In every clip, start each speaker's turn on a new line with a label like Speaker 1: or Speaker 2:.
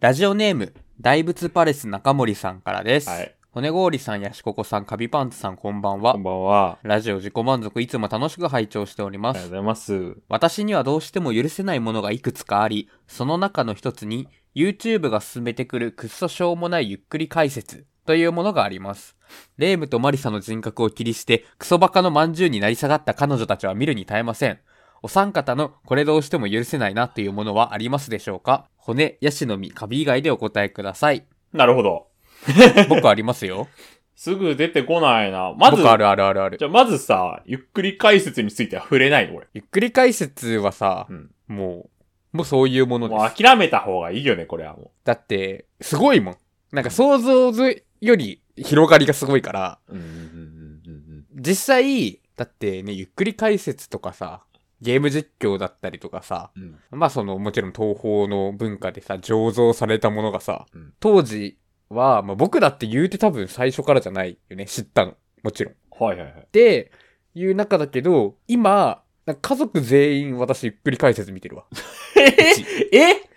Speaker 1: ラジオネーム、大仏パレス中森さんからです。
Speaker 2: はい。
Speaker 1: 骨氷さん、やしここさん、カビパンツさん、こんばんは
Speaker 2: こん。ばんは。
Speaker 1: ラジオ自己満足いつも楽しく拝聴しており
Speaker 2: あ
Speaker 1: ま
Speaker 2: りがとう
Speaker 1: す。
Speaker 2: ございます。
Speaker 1: 私にはどうしても許せないものがいくつかあり、その中の一つに、YouTube が進めてくるくっそしょうもないゆっくり解説というものがあります。レイムとマリサの人格を切りして、クソバカの饅頭になり下がった彼女たちは見るに耐えません。お三方のこれどうしても許せないなというものはありますでしょうか骨、ヤシの実、カビ以外でお答えください。
Speaker 2: なるほど。
Speaker 1: 僕ありますよ。
Speaker 2: すぐ出てこないな。 まず、
Speaker 1: 僕あるあるあるある
Speaker 2: じ。ゃあまずさ、ゆっくり解説については触れないの、俺。
Speaker 1: ゆっくり解説はさ、
Speaker 2: うん
Speaker 1: もう、もうそういうもので
Speaker 2: もう
Speaker 1: す。
Speaker 2: 諦めた方がいいよね、これはも
Speaker 1: だって、すごいもん。なんか想像より広がりがすごいから、
Speaker 2: う。うんうんうんうん
Speaker 1: 実際、だってね、ゆっくり解説とかさ、ゲーム実況だったりとかさ、
Speaker 2: うんうん。
Speaker 1: まあその、もちろん東方の文化でさ、醸造されたものがさ、
Speaker 2: うん
Speaker 1: 当時は、まあ僕だって言うて多分最初からじゃないよね、知ったの。もちろん。
Speaker 2: はいはいはい。
Speaker 1: っていう中だけど、今、なんか家族全員私ゆっくり解説見てるわ。
Speaker 2: ええ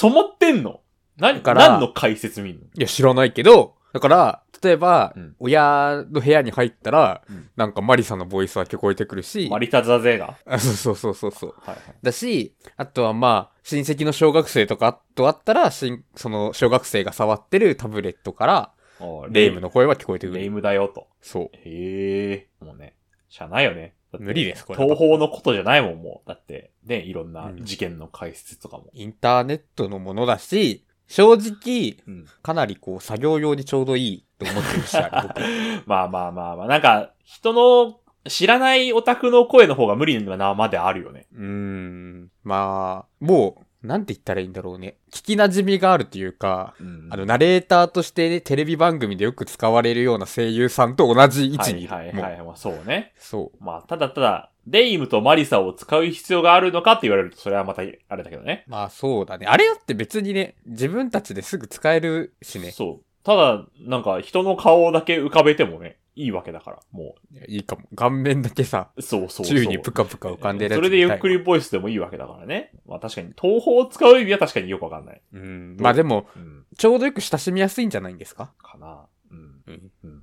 Speaker 2: 染まってんの何
Speaker 1: から
Speaker 2: 何の解説見んの
Speaker 1: いや、知らないけど、だから、例えば、
Speaker 2: うん
Speaker 1: 親の部屋に入ったら、
Speaker 2: うん
Speaker 1: なんかマリさんのボイスは聞こえてくるし、
Speaker 2: マリタザゼが。
Speaker 1: あそうそうそうそうそう。
Speaker 2: はいはい。
Speaker 1: だし、あとはまあ、親戚の小学生とかとあったら、しんその小学生が触ってるタブレットから、
Speaker 2: あ
Speaker 1: レイム。の声は聞こえてく
Speaker 2: レイ
Speaker 1: る。
Speaker 2: ムだよと。
Speaker 1: そう。
Speaker 2: へえ。もうね、しゃあないよね。だって
Speaker 1: 無理ですこれ
Speaker 2: 東方のことじゃないもん、もう。だって、ね、いろんな
Speaker 1: うん
Speaker 2: 事件の解説とかも。
Speaker 1: インターネットのものだし、正直、
Speaker 2: うん。
Speaker 1: かなりこう、作業用にちょうどいいと思ってるし、 あれ僕
Speaker 2: まあまあまあまあ、なんか、人の、知らないオタクの声の方が無理なまであるよね。
Speaker 1: うーん。まあ、もう、なんて言ったらいいんだろうね。聞き馴染みがあるというか、
Speaker 2: うん
Speaker 1: あの、ナレーターとして、ね、テレビ番組でよく使われるような声優さんと同じ位置にいる。
Speaker 2: はいはいはい
Speaker 1: もう
Speaker 2: はい、まあそうね。
Speaker 1: そう。
Speaker 2: まあ、ただただ、レイムとマリサを使う必要があるのかって言われると、それはまた、あれだけどね。
Speaker 1: まあそうだね。あれだって別にね、自分たちですぐ使えるしね。
Speaker 2: そう。ただ、なんか、人の顔だけ浮かべてもね、いいわけだから、も
Speaker 1: いいかも。顔面だけさ、
Speaker 2: う。そうそうそう。
Speaker 1: 宙にプカプカ浮かんでるや
Speaker 2: そ
Speaker 1: つ
Speaker 2: れでゆっく
Speaker 1: り。
Speaker 2: りボイスでもいいわけだからね。まあ確かに、東方を使う意味は確かによくわかんない。
Speaker 1: うん。まあでも、
Speaker 2: うん。
Speaker 1: ちょうどよく親しみやすいんじゃないんですか
Speaker 2: かな。うん。
Speaker 1: うん。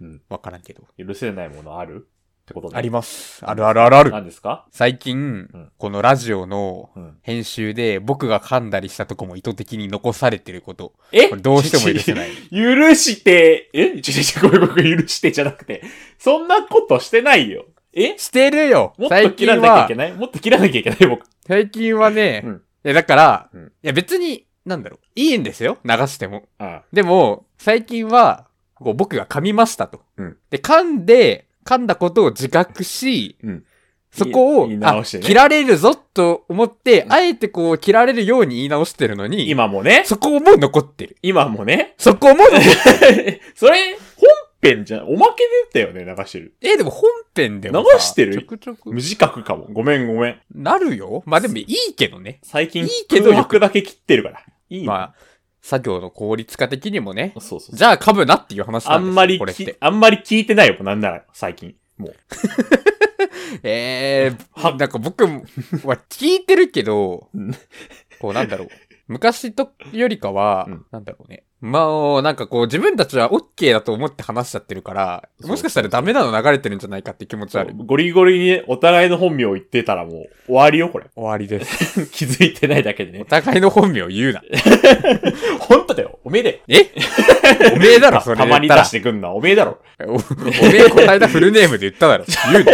Speaker 2: うん。
Speaker 1: わからんけど。
Speaker 2: 許せないものあるってことね
Speaker 1: あります。あるあるあるある。
Speaker 2: 何ですか
Speaker 1: 最近、
Speaker 2: うん
Speaker 1: このラジオの
Speaker 2: うん。
Speaker 1: 編集で僕が噛んだりしたとこも意図的に残されてること。
Speaker 2: え
Speaker 1: これどうしても許せない。
Speaker 2: 許して、えちょちょちょ、ごめんごめん、許してじゃなくて、そんなことしてないよ。え
Speaker 1: してるよ
Speaker 2: もっと
Speaker 1: 最
Speaker 2: 切
Speaker 1: 近
Speaker 2: らなきゃい
Speaker 1: は
Speaker 2: け、ないもっと切らなきゃいけない、僕。
Speaker 1: 最近はね、
Speaker 2: うん
Speaker 1: いやだから、
Speaker 2: うん
Speaker 1: いや別に、なんだろう、いいんですよ流しても。
Speaker 2: あ
Speaker 1: でも、最近は、こう僕が噛みましたと。
Speaker 2: うん
Speaker 1: で、噛んで、噛んだことを自覚し、
Speaker 2: うん
Speaker 1: そこを、
Speaker 2: 言い言い
Speaker 1: あ
Speaker 2: 直してね
Speaker 1: 切られるぞと思って、
Speaker 2: ん
Speaker 1: あえてこう、切られるように言い直してるのに、
Speaker 2: 今もね、
Speaker 1: そこも残ってる。
Speaker 2: 今もね、
Speaker 1: そこも残ってる、
Speaker 2: それ、本編じゃん、おまけでだよね、流してる。
Speaker 1: え、でも本編でもさ
Speaker 2: 流してる
Speaker 1: ちょくちょ
Speaker 2: 無
Speaker 1: く。
Speaker 2: 自覚かも。ごめんごめん。
Speaker 1: なるよまあでもいいけどね。
Speaker 2: 最近、
Speaker 1: いいけど
Speaker 2: 空白だけ切ってるから。いいね
Speaker 1: まあ、作業の効率化的にもね。
Speaker 2: そうそうそう。
Speaker 1: じゃあ噛むなっていう話なん
Speaker 2: あ
Speaker 1: ですよ
Speaker 2: んまり
Speaker 1: これっ
Speaker 2: き
Speaker 1: て。
Speaker 2: あんまり聞いてないよ、なんなら、最近。もう。
Speaker 1: えー、
Speaker 2: は
Speaker 1: なんか僕もは聞いてるけど
Speaker 2: うん、
Speaker 1: こうなんだろう。昔とよりかは、
Speaker 2: うん
Speaker 1: なんだろうね。まあ、なんかこう自分たちは OK だと思って話しちゃってるから、
Speaker 2: そう
Speaker 1: もしかしたらダメなの流れてるんじゃないかって気持ちある。
Speaker 2: ゴリゴリにお互いの本名を言ってたらもう終わりよ、 これ。
Speaker 1: 終わりです。
Speaker 2: 気づいてないだけでね
Speaker 1: お。互いの本名を 言うな。
Speaker 2: 本当だよ。おめえだよ。
Speaker 1: えおめえだろ、 そ
Speaker 2: た
Speaker 1: れ
Speaker 2: た
Speaker 1: 言
Speaker 2: ま
Speaker 1: っ
Speaker 2: に
Speaker 1: た
Speaker 2: 出
Speaker 1: ら
Speaker 2: し。てくんな。おめえだろ。
Speaker 1: おおめえ答えたフルネームで言っただ ろ。言うな。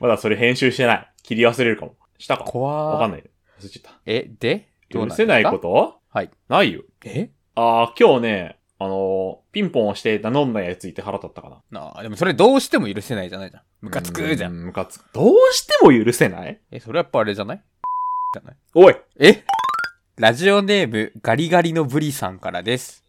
Speaker 2: まだそれ編集してない。切り忘れるかも。したか
Speaker 1: 怖
Speaker 2: わかん
Speaker 1: い。
Speaker 2: ない。忘れちゃっ
Speaker 1: え、で。
Speaker 2: た。許せないことと
Speaker 1: はい。
Speaker 2: ないよ。
Speaker 1: え
Speaker 2: あー、今日ね、あのーピンポン押して名乗んないやついて腹立ったかな。
Speaker 1: なあ、でもそれどうしても許せないじゃないじゃん。ムカつくじゃ。
Speaker 2: うんムカつく。どうしても許せない
Speaker 1: え、それやっぱあれじゃないじゃない
Speaker 2: おい
Speaker 1: えラジオネーム、ガリガリのブリさんからです。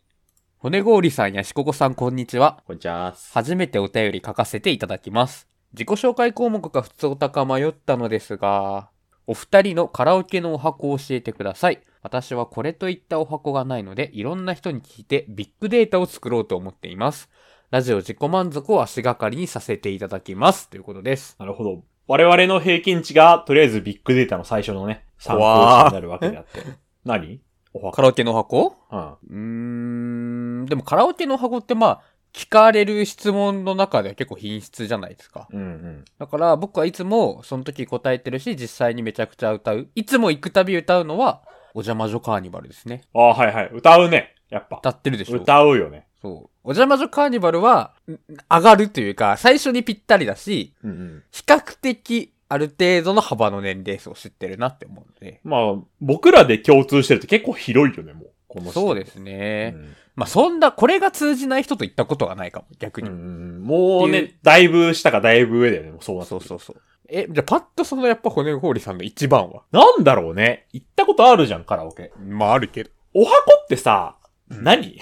Speaker 1: 骨氷さんやしここさんこんにちは。
Speaker 2: こんにちは。
Speaker 1: 初めてお便り書かせていただきます。自己紹介項目か普通おたか迷ったのですが、お二人のカラオケのお箱を教えてください。私はこれといったお箱がないので、いろんな人に聞いてビッグデータを作ろうと思っています。ラジオ自己満足を足がかりにさせていただきます。ということです。
Speaker 2: なるほど。我々の平均値が、とりあえずビッグデータの最初のね、参考値になるわけであって。何お
Speaker 1: カラオケの箱
Speaker 2: は
Speaker 1: うーん、でもカラオケの箱ってまあ、聞かれる質問の中では結構品質じゃないですか。
Speaker 2: うん。うん
Speaker 1: だから僕はいつもその時答えてるし、実際にめちゃくちゃ歌う。いつも行くたび歌うのは、お邪魔女カーニバルですね。
Speaker 2: うん。ああー、はいはい。歌うね。やっぱ。
Speaker 1: 歌ってるでしょ
Speaker 2: 歌うよね。
Speaker 1: そう。お邪魔女カーニバルは、ん上がるというか、最初にぴったりだし、
Speaker 2: うんうん。
Speaker 1: 比較的、ある程度の幅の年齢層を知ってるなって思うので。
Speaker 2: まあ、僕らで共通してるって結構広いよね、もう。この人
Speaker 1: そうですね。
Speaker 2: うん
Speaker 1: まあ、そんな、これが通じない人と行ったことがないかも、逆
Speaker 2: うん
Speaker 1: に。
Speaker 2: うんうんもう
Speaker 1: って
Speaker 2: ね、だいぶ下かだいぶ上だよね、もうそうなって
Speaker 1: そ
Speaker 2: く
Speaker 1: う
Speaker 2: る
Speaker 1: そうそう。え、じゃあパッとそのやっぱ骨氷さんの一番は
Speaker 2: なんだろうね。行ったことあるじゃん、カラオケ。
Speaker 1: まああるけど。
Speaker 2: お箱ってさ、
Speaker 1: うん
Speaker 2: 何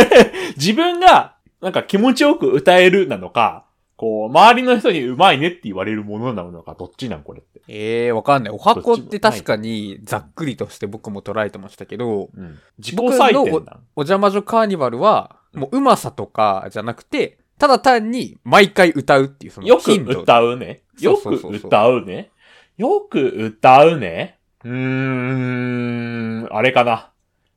Speaker 2: 自分が、なんか気持ちよく歌えるなのか、こう、周りの人にうまいねって言われるものなのか、どっちなんこれって。
Speaker 1: ええわかんない。お箱っ
Speaker 2: どっち
Speaker 1: て
Speaker 2: もない
Speaker 1: 確かにざっくりとして僕も捉えてましたけど、
Speaker 2: うん。自己採点なん。
Speaker 1: お邪魔女カーニバルは、
Speaker 2: うん
Speaker 1: もううまさとかじゃなくて、ただ単に毎回歌うっていうその
Speaker 2: よく
Speaker 1: 頻度。
Speaker 2: 歌うね。よく
Speaker 1: そうそうそうそう
Speaker 2: 歌うね。よく歌うね。うーん、あれかな。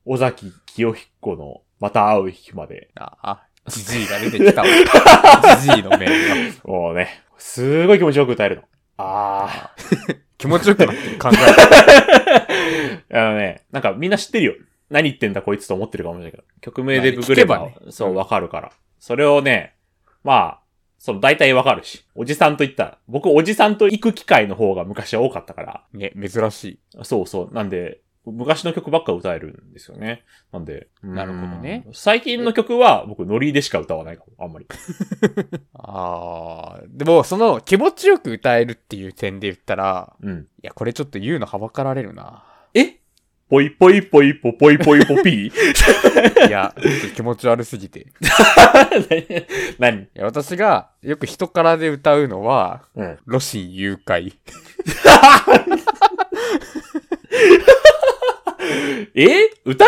Speaker 2: 尾崎清彦の、また会う日まで。
Speaker 1: ああ、じじいが出てきた わ。じじいのメールが。
Speaker 2: もうね、すごい気持ちよく歌えるの。 あー。
Speaker 1: 気持ちよくなってる考え。
Speaker 2: あのね、なんかみんな知ってるよ。何言ってんだこいつと思ってるかもしれないけど。曲名でググれば、
Speaker 1: まあね聞け
Speaker 2: そう、わかるから。それをね、まあ、その大体わかるし。おじさんと言ったら、僕おじさんと行く機会の方が昔は多かったから。
Speaker 1: ね、珍しい。
Speaker 2: そうそう。なんで、昔の曲ばっか歌えるんですよね。なんで。
Speaker 1: なるほどね
Speaker 2: うん。最近の曲は僕ノリでしか歌わないかも、あんまり。
Speaker 1: ああ、でもその気持ちよく歌えるっていう点で言ったら、
Speaker 2: うん。
Speaker 1: いや、これちょっと言うのはばかられるな。
Speaker 2: えぽいぽいぽいぽぽいぽい ぽぴー
Speaker 1: いや、ちょっと気持ち悪すぎて。い
Speaker 2: 何
Speaker 1: や、私がよく人からで歌うのは、
Speaker 2: うん。
Speaker 1: ロシン誘拐。
Speaker 2: え歌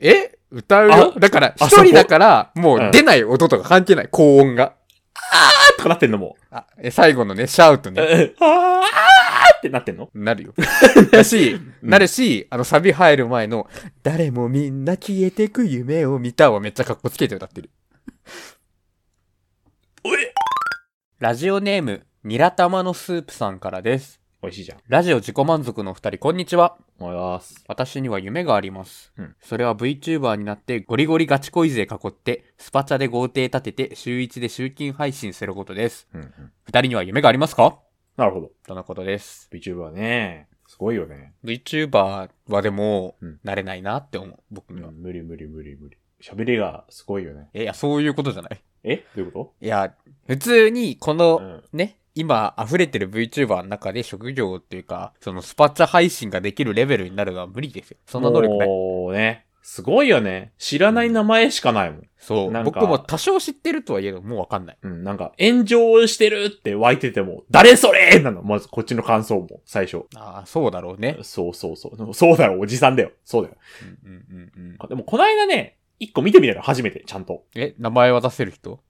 Speaker 1: え歌うよ
Speaker 2: あ
Speaker 1: だから、
Speaker 2: あ
Speaker 1: 一人だから、も
Speaker 2: うん
Speaker 1: う出ない音とか関係ない、高音が。
Speaker 2: とかなってんのも
Speaker 1: あえ最後のね、シャウト
Speaker 2: う。
Speaker 1: ね、
Speaker 2: うんあーってなってんの
Speaker 1: なる よ。だし、
Speaker 2: うん
Speaker 1: なるし、あの、サビ入る前の、誰もみんな消えてく夢を見たをめっちゃかっこつけて歌ってる。
Speaker 2: おい
Speaker 1: ラジオネーム、ニラ玉のスープさんからです。
Speaker 2: 美味しいじゃん。
Speaker 1: ラジオ自己満足のお二人、こんにちは。
Speaker 2: 思います。
Speaker 1: 私には夢があります。
Speaker 2: うん
Speaker 1: それは VTuber になってゴリゴリガチ恋勢囲って、スパチャで豪邸立てて、週一で集金配信することです。
Speaker 2: うんうん、
Speaker 1: 二人には夢がありますか
Speaker 2: なるほど。
Speaker 1: とのことです。
Speaker 2: VTuber ね。すごいよね。
Speaker 1: VTuber はでも、
Speaker 2: うん
Speaker 1: なれないなって思う、僕には。
Speaker 2: 無理無理無理無理。喋りがすごいよね。
Speaker 1: えいや、そういうことじゃない。
Speaker 2: えどういうこ
Speaker 1: いや、普通に、この、
Speaker 2: とん。
Speaker 1: ね、今溢れてる VTuber の中で職業っていうか、そのスパチャ配信ができるレベルになるのは無理ですよ。そんな能力ない。
Speaker 2: もうね。すごいよね。知らない名前しかないもん。
Speaker 1: そう
Speaker 2: な。んか
Speaker 1: 僕も多少知ってるとはいえど、もうわかんない。
Speaker 2: うん、なんか、炎上してるって湧いてても、誰それなの。まず、こっちの感想も、最初。
Speaker 1: ああ、そうだろうね。
Speaker 2: そうそうそうでも。そうだよ、おじさんだよ。そうだよ。
Speaker 1: うんうんうんうん
Speaker 2: あでも、こないだね、一個見てみたの、初めて、ちゃんと。
Speaker 1: え、名前は出せる人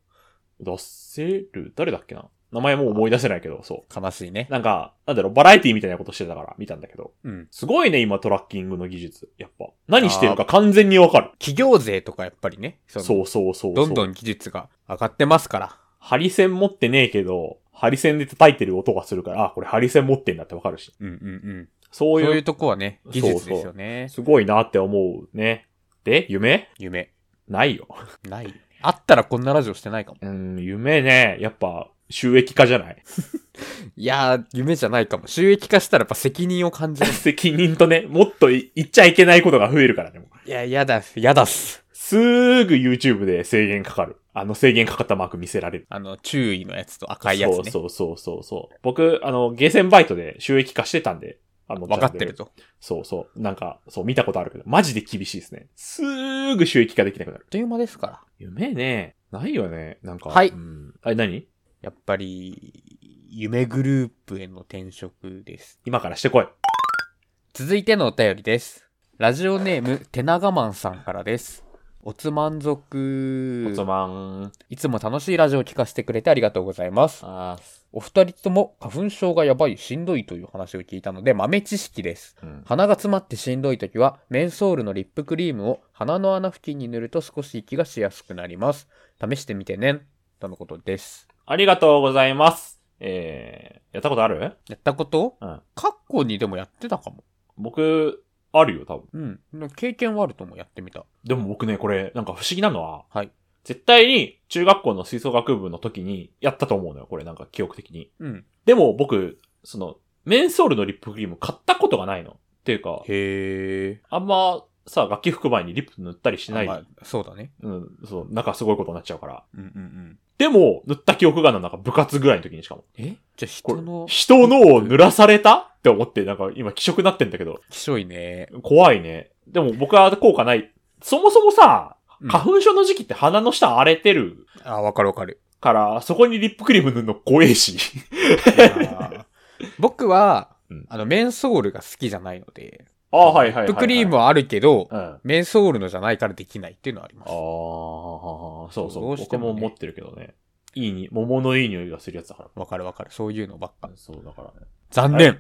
Speaker 2: 出せる誰だっけな名前もう思い出せないけど、そう。
Speaker 1: 悲しいね。
Speaker 2: なんか、なんだろう、バラエティみたいなことしてたから、見たんだけど。
Speaker 1: うん。
Speaker 2: すごいね、今、トラッキングの技術。やっぱ。何してるか完全にわかる。
Speaker 1: 企業税とかやっぱりね。その
Speaker 2: そうそうそうそう。
Speaker 1: どんど
Speaker 2: ん。
Speaker 1: ん技術が上がってますから。
Speaker 2: ハリセン持ってねえけど、ハリセンで叩いてる音がするから、あ、これハリセン持ってんだってわかるし。
Speaker 1: うんうんうん。
Speaker 2: そ
Speaker 1: そう
Speaker 2: ういう、
Speaker 1: いうとこはね、技術ですよね。
Speaker 2: すごいなって思うね。で、夢
Speaker 1: 夢。
Speaker 2: ないよ。
Speaker 1: ない。あったらこんなラジオしてないかも。
Speaker 2: うん、夢ね、やっぱ、収益化じ ゃない
Speaker 1: いやー、夢じゃないかも。収益化したらやっぱ責任を感じる。
Speaker 2: 責任とね、もっとい言っちゃいけないことが増えるからね。もう
Speaker 1: いや、やだ、やだっす。
Speaker 2: すーぐ YouTube で制限かかる。あの制限かかったマーク見せられる。
Speaker 1: あの、注意のやつと赤いやつね。
Speaker 2: そうそうそうそうそう。僕、あの、ゲーセンバイトで収益化してたんで、あの、
Speaker 1: 分かってる
Speaker 2: チャンネル。
Speaker 1: と。
Speaker 2: そうそう。なんか、そう、見たことあるけど、マジで厳しいですね。すーぐ収益化できなくなる
Speaker 1: あ。っという間ですから。
Speaker 2: 夢ね、ないよね。なんか。
Speaker 1: はい
Speaker 2: うん、あれ何
Speaker 1: やっぱり、夢グループへの転職です。
Speaker 2: 今からしてこい。
Speaker 1: 続いてのお便りです。ラジオネーム、テナガマンさんからです。おつ満足。
Speaker 2: おつまん。
Speaker 1: いつも楽しいラジオを聞かせてくれてありがとうございます。
Speaker 2: あ
Speaker 1: お二人とも花粉症がやばい、しんどいという話を聞いたので豆知識です。
Speaker 2: ーうん。
Speaker 1: 鼻が詰まってしんどい時はメンソールのリップクリームを鼻の穴付近に塗ると少し息がしやすくなります試してみてねとのことです
Speaker 2: ありがとうございます。えー、やったことある
Speaker 1: やったこと
Speaker 2: うん。
Speaker 1: 過去にでもやってたかも
Speaker 2: 僕、あるよ、多分。
Speaker 1: うん経験はあるともやってみた
Speaker 2: でも僕ね、これ、なんか不思議なのは、
Speaker 1: はい
Speaker 2: 絶対に中学校の吹奏楽部の時にやったと思うのよ、これなんか記憶的に。
Speaker 1: うん
Speaker 2: でも僕、その、メンソールのリップクリーム買ったことがないの。っていうか、
Speaker 1: へえ
Speaker 2: あんまさ、楽器吹く前にリップ塗ったりしない。
Speaker 1: そうだね
Speaker 2: うん、そう、なんかすごいことになっちゃうから。
Speaker 1: うんうんうん
Speaker 2: でも、塗った記憶があるのなんか部活ぐらいの時にしかも。
Speaker 1: えじゃあ人
Speaker 2: これ
Speaker 1: の、
Speaker 2: 人のを濡らされたって思って、なんか今気色になってんだけど、
Speaker 1: きしょいね、
Speaker 2: 怖いね。でも僕は効果ない。そもそもさ、
Speaker 1: うん
Speaker 2: 花粉症の時期って鼻の下荒れてる
Speaker 1: あわかるわか る
Speaker 2: から、そこにリップクリーム塗るの怖えし。
Speaker 1: いやー僕は
Speaker 2: うん
Speaker 1: あのメンソールが好きじゃないので
Speaker 2: ああ、はいはいはい、はい。
Speaker 1: リップクリームはあるけど
Speaker 2: うん。あ
Speaker 1: メンソールのじゃないからできないっていうのはありま
Speaker 2: あ
Speaker 1: す
Speaker 2: ー、そうそう。
Speaker 1: どうして
Speaker 2: 僕
Speaker 1: もね
Speaker 2: も持ってるけどね。いいに、桃のいい匂いがするやつだか
Speaker 1: わかるわかる。そういうのばっか。
Speaker 2: ら。そうだからね。
Speaker 1: 残念。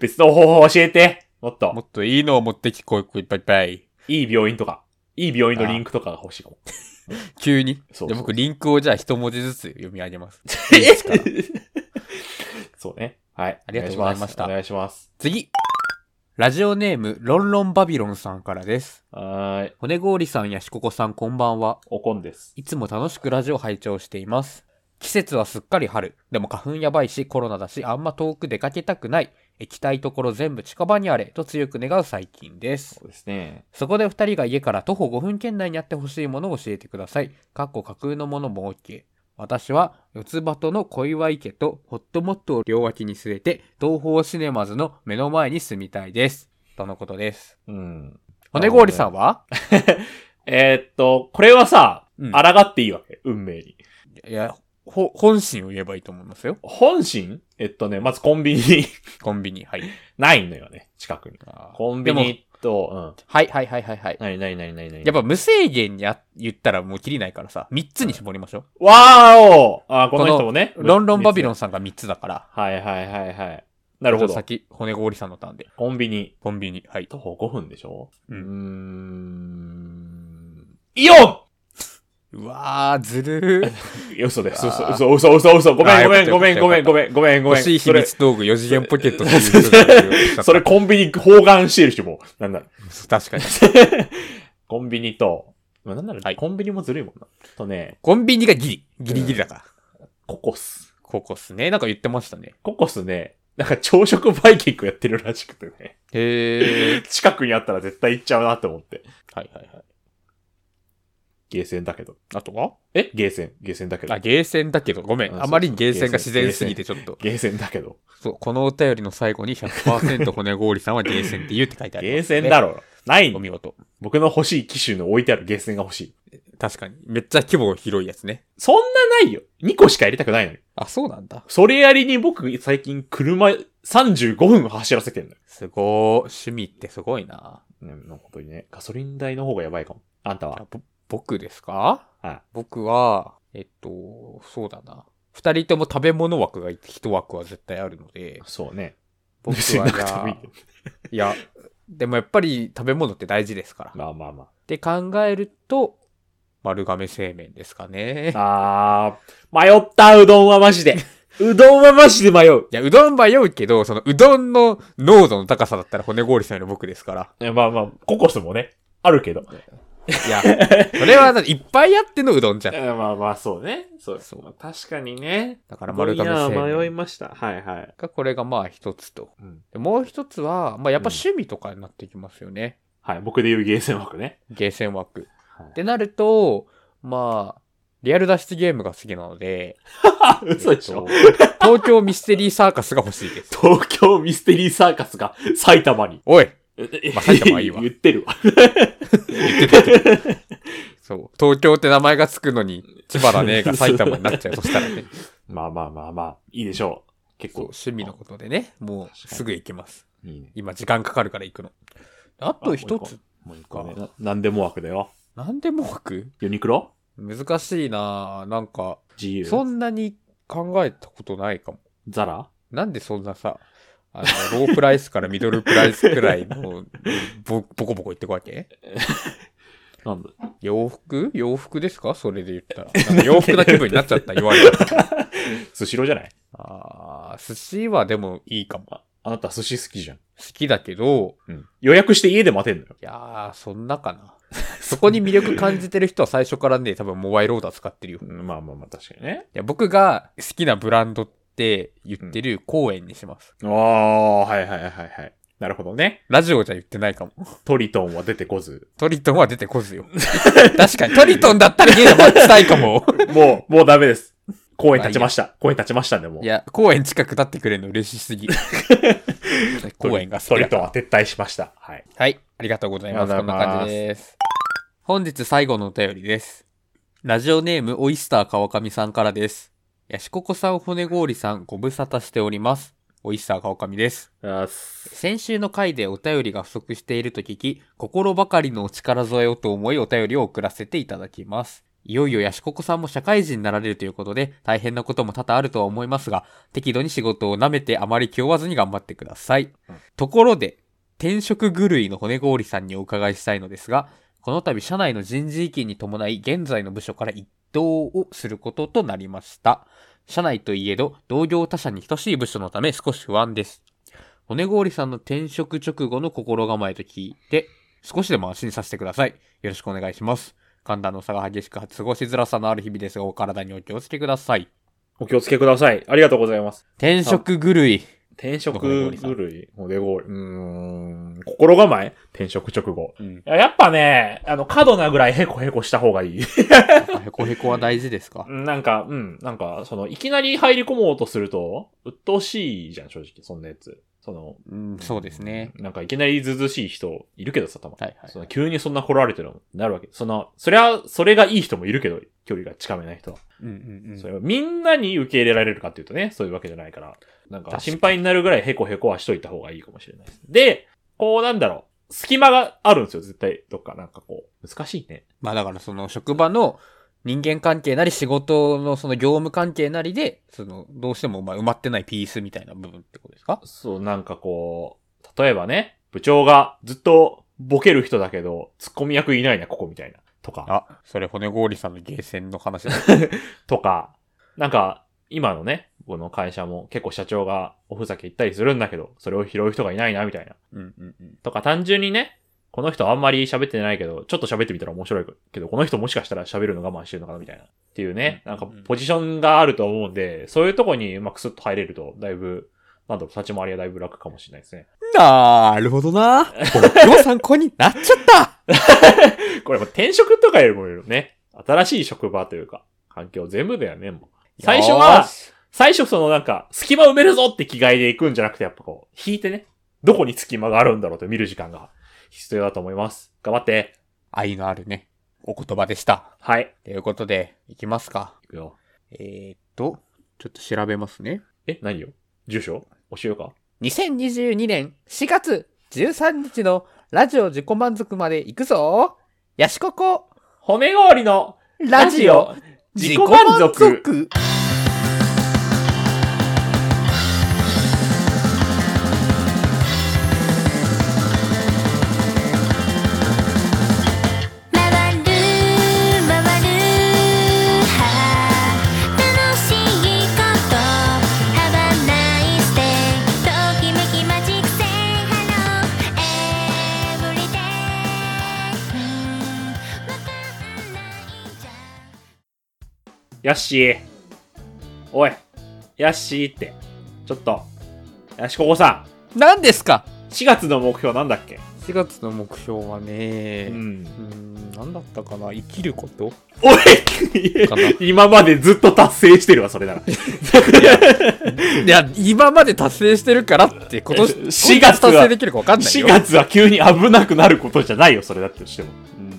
Speaker 2: 別の方法教えてもっ
Speaker 1: もっ
Speaker 2: と、
Speaker 1: といいのを持ってきこい、こいっぱいいっぱい。
Speaker 2: いい病院とか、いい病院のリンクとかが欲しいかも。
Speaker 1: 急に。
Speaker 2: そうそう
Speaker 1: じゃあ僕、リンクをじゃあ一文字ずつ読み上げます。
Speaker 2: そうね。はい。
Speaker 1: ありがとうございました
Speaker 2: お願いします。
Speaker 1: 次。ラジオネーム、ロンロンバビロンさんからです。
Speaker 2: お願いしますはーい。
Speaker 1: 骨氷さんやしここさんこんばんは。
Speaker 2: おこんです。
Speaker 1: いつも楽しくラジオ拝聴しています。季節はすっかり春。でも花粉やばいし、コロナだし、あんま遠く出かけたくない。行きたいところ全部近場にあれ、と強く願う最近です
Speaker 2: そ。うですね。
Speaker 1: そこで二人が家から徒歩5分圏内にあってほしいものを教えてください。かっこ架空のものも OK。私は四つ葉との小岩池とホットモットを両脇に据えて東方シネマズの目の前に住みたいです。とのことです。
Speaker 2: うん。
Speaker 1: 骨氷さんは、
Speaker 2: えーっと、これはさ、
Speaker 1: うん
Speaker 2: 抗っていいわけ。運命に。
Speaker 1: いや、ほ、本心を言えばいいと思いますよ。
Speaker 2: 本心えっとね、まずコンビニ
Speaker 1: コンビニ、はい。
Speaker 2: ないのよね、近くに。
Speaker 1: あー
Speaker 2: コンビ。
Speaker 1: でも
Speaker 2: ニと、
Speaker 1: はいはいはいはいはい
Speaker 2: うん。。なになになになになに
Speaker 1: やっぱ無制限にや言ったらもう切りないからさ、3つに絞りましょ
Speaker 2: わーおあー、この人もね。
Speaker 1: う。ロンロンバビロ
Speaker 2: ン。
Speaker 1: ンさんが3つだから。
Speaker 2: はいはいはいはい。なるほ
Speaker 1: じゃあ
Speaker 2: ど。
Speaker 1: 先、骨氷さんのターンで。
Speaker 2: コンビニ。
Speaker 1: コンビニ、はい。
Speaker 2: 徒歩5分でしょ
Speaker 1: う
Speaker 2: うんーん。イオン
Speaker 1: うわー、ずるー。
Speaker 2: いや嘘です。
Speaker 1: うわー
Speaker 2: 嘘、嘘、嘘、嘘、嘘。ご
Speaker 1: あ
Speaker 2: め
Speaker 1: ー
Speaker 2: ん、ごめん、
Speaker 1: よ
Speaker 2: ご
Speaker 1: かっ
Speaker 2: めん、
Speaker 1: た
Speaker 2: ごめん、ごめん、ご
Speaker 1: 欲
Speaker 2: めん、ごめん。
Speaker 1: しい秘
Speaker 2: それ、
Speaker 1: 密道具4次元ポケットっていう
Speaker 2: それそれコンビニ包含してる人も、なんだ。
Speaker 1: 確かに。
Speaker 2: コンビニと、まあなんな
Speaker 1: は
Speaker 2: ら、
Speaker 1: い
Speaker 2: コンビニもずるいもんな。とね、
Speaker 1: コンビニがギリ。ギリギリだから。
Speaker 2: ココス。
Speaker 1: ここっすね。なんか言ってましたね。
Speaker 2: ココスね、なんか朝食バイキングやってるらしくてね。
Speaker 1: へー。
Speaker 2: 近くにあったら絶対行っちゃうなって思って。
Speaker 1: はいはいはい。
Speaker 2: ゲーセンだけど。
Speaker 1: あとは
Speaker 2: えゲーセン。ゲーセンだけど
Speaker 1: あ、。ゲーセンだけど、ごめ
Speaker 2: うん
Speaker 1: ん。
Speaker 2: そう
Speaker 1: あまりにゲーセンが自然すぎてちょっと。
Speaker 2: ゲーセンだけど。
Speaker 1: そう、このお便りの最後に100%骨氷さんはゲーセンって言うって書いてある、
Speaker 2: ゲーセンだ
Speaker 1: ろ。
Speaker 2: ろ。ない
Speaker 1: お
Speaker 2: の
Speaker 1: 見事。
Speaker 2: 僕の欲しい機種の置いてあるゲーセンが欲しい。
Speaker 1: 確かに。めっちゃ規模広いやつね。
Speaker 2: そんなないよ。2個しか入れたくないのに。
Speaker 1: あ、そうなんだ。
Speaker 2: それやりに僕最近車35分走らせてんのよ。
Speaker 1: すごー。趣味ってすごいな。
Speaker 2: ね、本当にね。ガソリン代の方がやばいかも。あんたは。
Speaker 1: あぼ僕ですか
Speaker 2: はい。
Speaker 1: 僕は、えっと、そうだな。二人とも食べ物枠が一枠は絶対あるの で、
Speaker 2: そうね。
Speaker 1: 僕は
Speaker 2: 別
Speaker 1: じ
Speaker 2: になくて
Speaker 1: ゃ
Speaker 2: もいい
Speaker 1: あ
Speaker 2: けど、
Speaker 1: いや、でもやっぱり食べ物って大事ですから。っ
Speaker 2: まあまあま
Speaker 1: て考えると、丸亀製麺ですかね。
Speaker 2: あ。あー、迷った、うどんはマ ジで。うどんはマジで迷う。
Speaker 1: いや、うどんは良いけど、そのうどんの濃度の高さだったら骨氷さんより僕ですから。
Speaker 2: いやまあまあ、ココスもね、あるけど。
Speaker 1: い や、それはだっていっぱいあってのうどんじゃん。
Speaker 2: まあまあ、そうね。そう。
Speaker 1: そう
Speaker 2: まあ確かにね。
Speaker 1: だから丸亀
Speaker 2: うど
Speaker 1: 製
Speaker 2: ん屋は迷い
Speaker 1: 麺
Speaker 2: ました。はいはい。
Speaker 1: がこれがまあ一つと。
Speaker 2: うん
Speaker 1: でもう一つは、まあやっぱ趣味とかになってきますよね。
Speaker 2: はい、僕で言うゲーセン枠ね。
Speaker 1: ゲーセン枠。
Speaker 2: はい
Speaker 1: ってなると、まあ、リアル脱出ゲームが好きなので、
Speaker 2: 嘘でしょ、
Speaker 1: えっと東京ミステリーサーカスが欲しいです。
Speaker 2: 東京ミステリーサーカスが埼玉に。
Speaker 1: おい
Speaker 2: ま
Speaker 1: まあ埼玉はいいわ
Speaker 2: 言ってるわ。
Speaker 1: そう。東京って名前がつくのに、千葉だねが埼玉になっ ちゃう。そしたらね。
Speaker 2: まあまあまあまあ、いいでしょう。結
Speaker 1: そう、
Speaker 2: 構。
Speaker 1: 趣味のことでね、もうすぐ行きます。
Speaker 2: いいね。
Speaker 1: 今時間かかるから行くの。あと一つもういい
Speaker 2: ご
Speaker 1: か
Speaker 2: めん。ななんでも枠だよ。
Speaker 1: なんでも枠
Speaker 2: ユニクロ
Speaker 1: 難しいなぁ。なんか、
Speaker 2: ?GU?
Speaker 1: そんなに考えたことないかも。
Speaker 2: ザラ
Speaker 1: なんでそんなさ、あの、ロープライスからミドルプライスくらいの、ぼ、ボコボコいってくわけ
Speaker 2: なんだ
Speaker 1: 洋服洋服ですかそれで言ったら。なんか洋服な気分になっちゃった、言われたら。
Speaker 2: スシローじゃない
Speaker 1: あー寿司はでもいいかも。好
Speaker 2: ああなた寿司好きじゃん。
Speaker 1: きだけど、
Speaker 2: うん。予約して家で待てんのよ。
Speaker 1: いやー、そんなかな。そこに魅力感じてる人は最初からね、多分モバイルオーダー使ってるよ。い
Speaker 2: うんまあまあまあ、確かにね。
Speaker 1: や、僕が好きなブランドって言ってる公園にします。
Speaker 2: ああ、はいはいはいはい。なるほどね。
Speaker 1: ラジオじゃ言ってないかも。
Speaker 2: トリトンは出てこず。
Speaker 1: トリトンは出てこずよ。 確かに、トリトンだったら家で待ちたいかも。
Speaker 2: もう、もうダメです。公園立ちました。公園立ちましたんで、もう。
Speaker 1: いや、公園近く立ってくれるの嬉しすぎ。
Speaker 2: トリ
Speaker 1: 公園が好
Speaker 2: ト
Speaker 1: き
Speaker 2: リ
Speaker 1: だ
Speaker 2: ト
Speaker 1: か
Speaker 2: ン
Speaker 1: ら
Speaker 2: は撤退しました。はい。
Speaker 1: はい。ありがとうございます。
Speaker 2: あ
Speaker 1: こ
Speaker 2: り
Speaker 1: ん
Speaker 2: が
Speaker 1: な
Speaker 2: とうござい
Speaker 1: 感じで
Speaker 2: ます
Speaker 1: す。本日最後のお便りです。ラジオネーム、オイスター川上さんからです。ヤシココさん、骨氷さん、ご無沙汰しております。オイスター川上です。
Speaker 2: あす。
Speaker 1: 先週の回でお便りが不足していると聞き、心ばかりのお力添えをと思いお便りを送らせていただきます。いよいよヤシココさんも社会人になられるということで、大変なことも多々あるとは思いますが、適度に仕事を舐めてあまり気負わずに頑張ってください。
Speaker 2: うん
Speaker 1: ところで、転職狂いの骨氷さんにお伺いしたいのですが、この度社内の人事意見に伴い、現在の部署から一等をすることとなりました。社内といえど、同業他社に等しい部署のため少し不安です。骨氷さんの転職直後の心構えと聞いて、少しでも安心させてください。よろしくお願いします。寒暖の差が激しく、過ごしづらさのある日々ですが、お体にお気をつけください。
Speaker 2: お気をつけください。ありがとうございます。
Speaker 1: 転職狂い。
Speaker 2: 転
Speaker 1: ごめんゴリ
Speaker 2: 職
Speaker 1: さ
Speaker 2: 狂
Speaker 1: ん
Speaker 2: い、おでごり、うーん、心構え転職直後。
Speaker 1: うん。
Speaker 2: いややっぱね、あの、過度なぐらいヘコヘコした方がいい。
Speaker 1: へこへこは大事ですか
Speaker 2: なんか、 うん、なんか、その、いきなり入り込もうとすると、鬱陶しいじゃん、正直、そんなやつ。その、
Speaker 1: うん、そうですね。
Speaker 2: なんかいきなりずうずうしい人いるけどさ、たまに。
Speaker 1: はいはい
Speaker 2: その急にそんな来られてるのもなるわけ。その、そりゃ、それがいい人もいるけど、距離が近めない人は。
Speaker 1: うんうん
Speaker 2: それはみんなに受け入れられるかっていうとね、そういうわけじゃないから、なん
Speaker 1: 確か
Speaker 2: か
Speaker 1: に
Speaker 2: 心配になるぐらいヘコヘコはしといた方がいいかもしれないです。で、こうなんだろう、隙間があるんですよ、絶対。どっかなんかこう、難しいね。
Speaker 1: まあだからその職場の人間関係なり仕事のその業務関係なりで、そのどうしてもまあ埋まってないピースみたいな部分ってことですか
Speaker 2: そう、なんかこう、例えばね、部長がずっとボケる人だけど、ツッコミ役いないな、ここみたいな。とか、
Speaker 1: あ、それ骨氷さんのゲーセンの話 だ。
Speaker 2: とか、なんか、今のね、この会社も結構社長がおふざけ言ったりするんだけど、それを拾う人がいないな、みたいな。
Speaker 1: うんうんうん。
Speaker 2: とか単純にね、この人あんまり喋ってないけど、ちょっと喋ってみたら面白いけど、この人もしかしたら喋るの我慢してるのかなみたいな。っていうね、
Speaker 1: うん
Speaker 2: なんかポジションがあると思うんで、そういうとこにうまくスッと入れると、だいぶ、なんだろう、立ち回りはだいぶ楽かもしれないですね。
Speaker 1: なるほどな。ご参考になっちゃ った
Speaker 2: これもう転職とかよりもね、新しい職場というか、環境全部だよね、もう。最初
Speaker 1: よー
Speaker 2: は、
Speaker 1: し
Speaker 2: 最初そのなんか、隙間埋めるぞって気概で行くんじゃなくて、やっぱこう、引いてね、どこに隙間があるんだろうと見る時間が必要だと思います。頑張って。
Speaker 1: 愛のあるね、お言葉でした。
Speaker 2: はい。
Speaker 1: ということで、いきますか。
Speaker 2: いくよ。
Speaker 1: えー、っと、ちょっと調べますね。
Speaker 2: え、何よ住所教えようか
Speaker 1: 2022年4月13日のラジオ自己満足まで行くぞヤシココ
Speaker 2: 骨氷の
Speaker 1: ラジオ
Speaker 2: 自己満足
Speaker 3: 「まわるまわる楽しいこと」「ハワないステイ」「ときめきマジックセイハローエブリデイ」「わかんないじゃん」
Speaker 2: ヤッシーおいヤッシーってちょっとヤシココさ
Speaker 1: 何ですか
Speaker 2: ん4月の目標なんだっけ
Speaker 1: ?4 月の目標はね、
Speaker 2: う
Speaker 1: うんーん、何だったかな生きること
Speaker 2: お
Speaker 1: かない
Speaker 2: 今までずっと達成してるわそれなら
Speaker 1: いや、今まで達成してるからって、今年、
Speaker 2: 4
Speaker 1: 4
Speaker 2: 月は
Speaker 1: 月達成できるか分かんない
Speaker 2: 4
Speaker 1: よ。
Speaker 2: 月は急に危なくなることじゃないよそれだってしても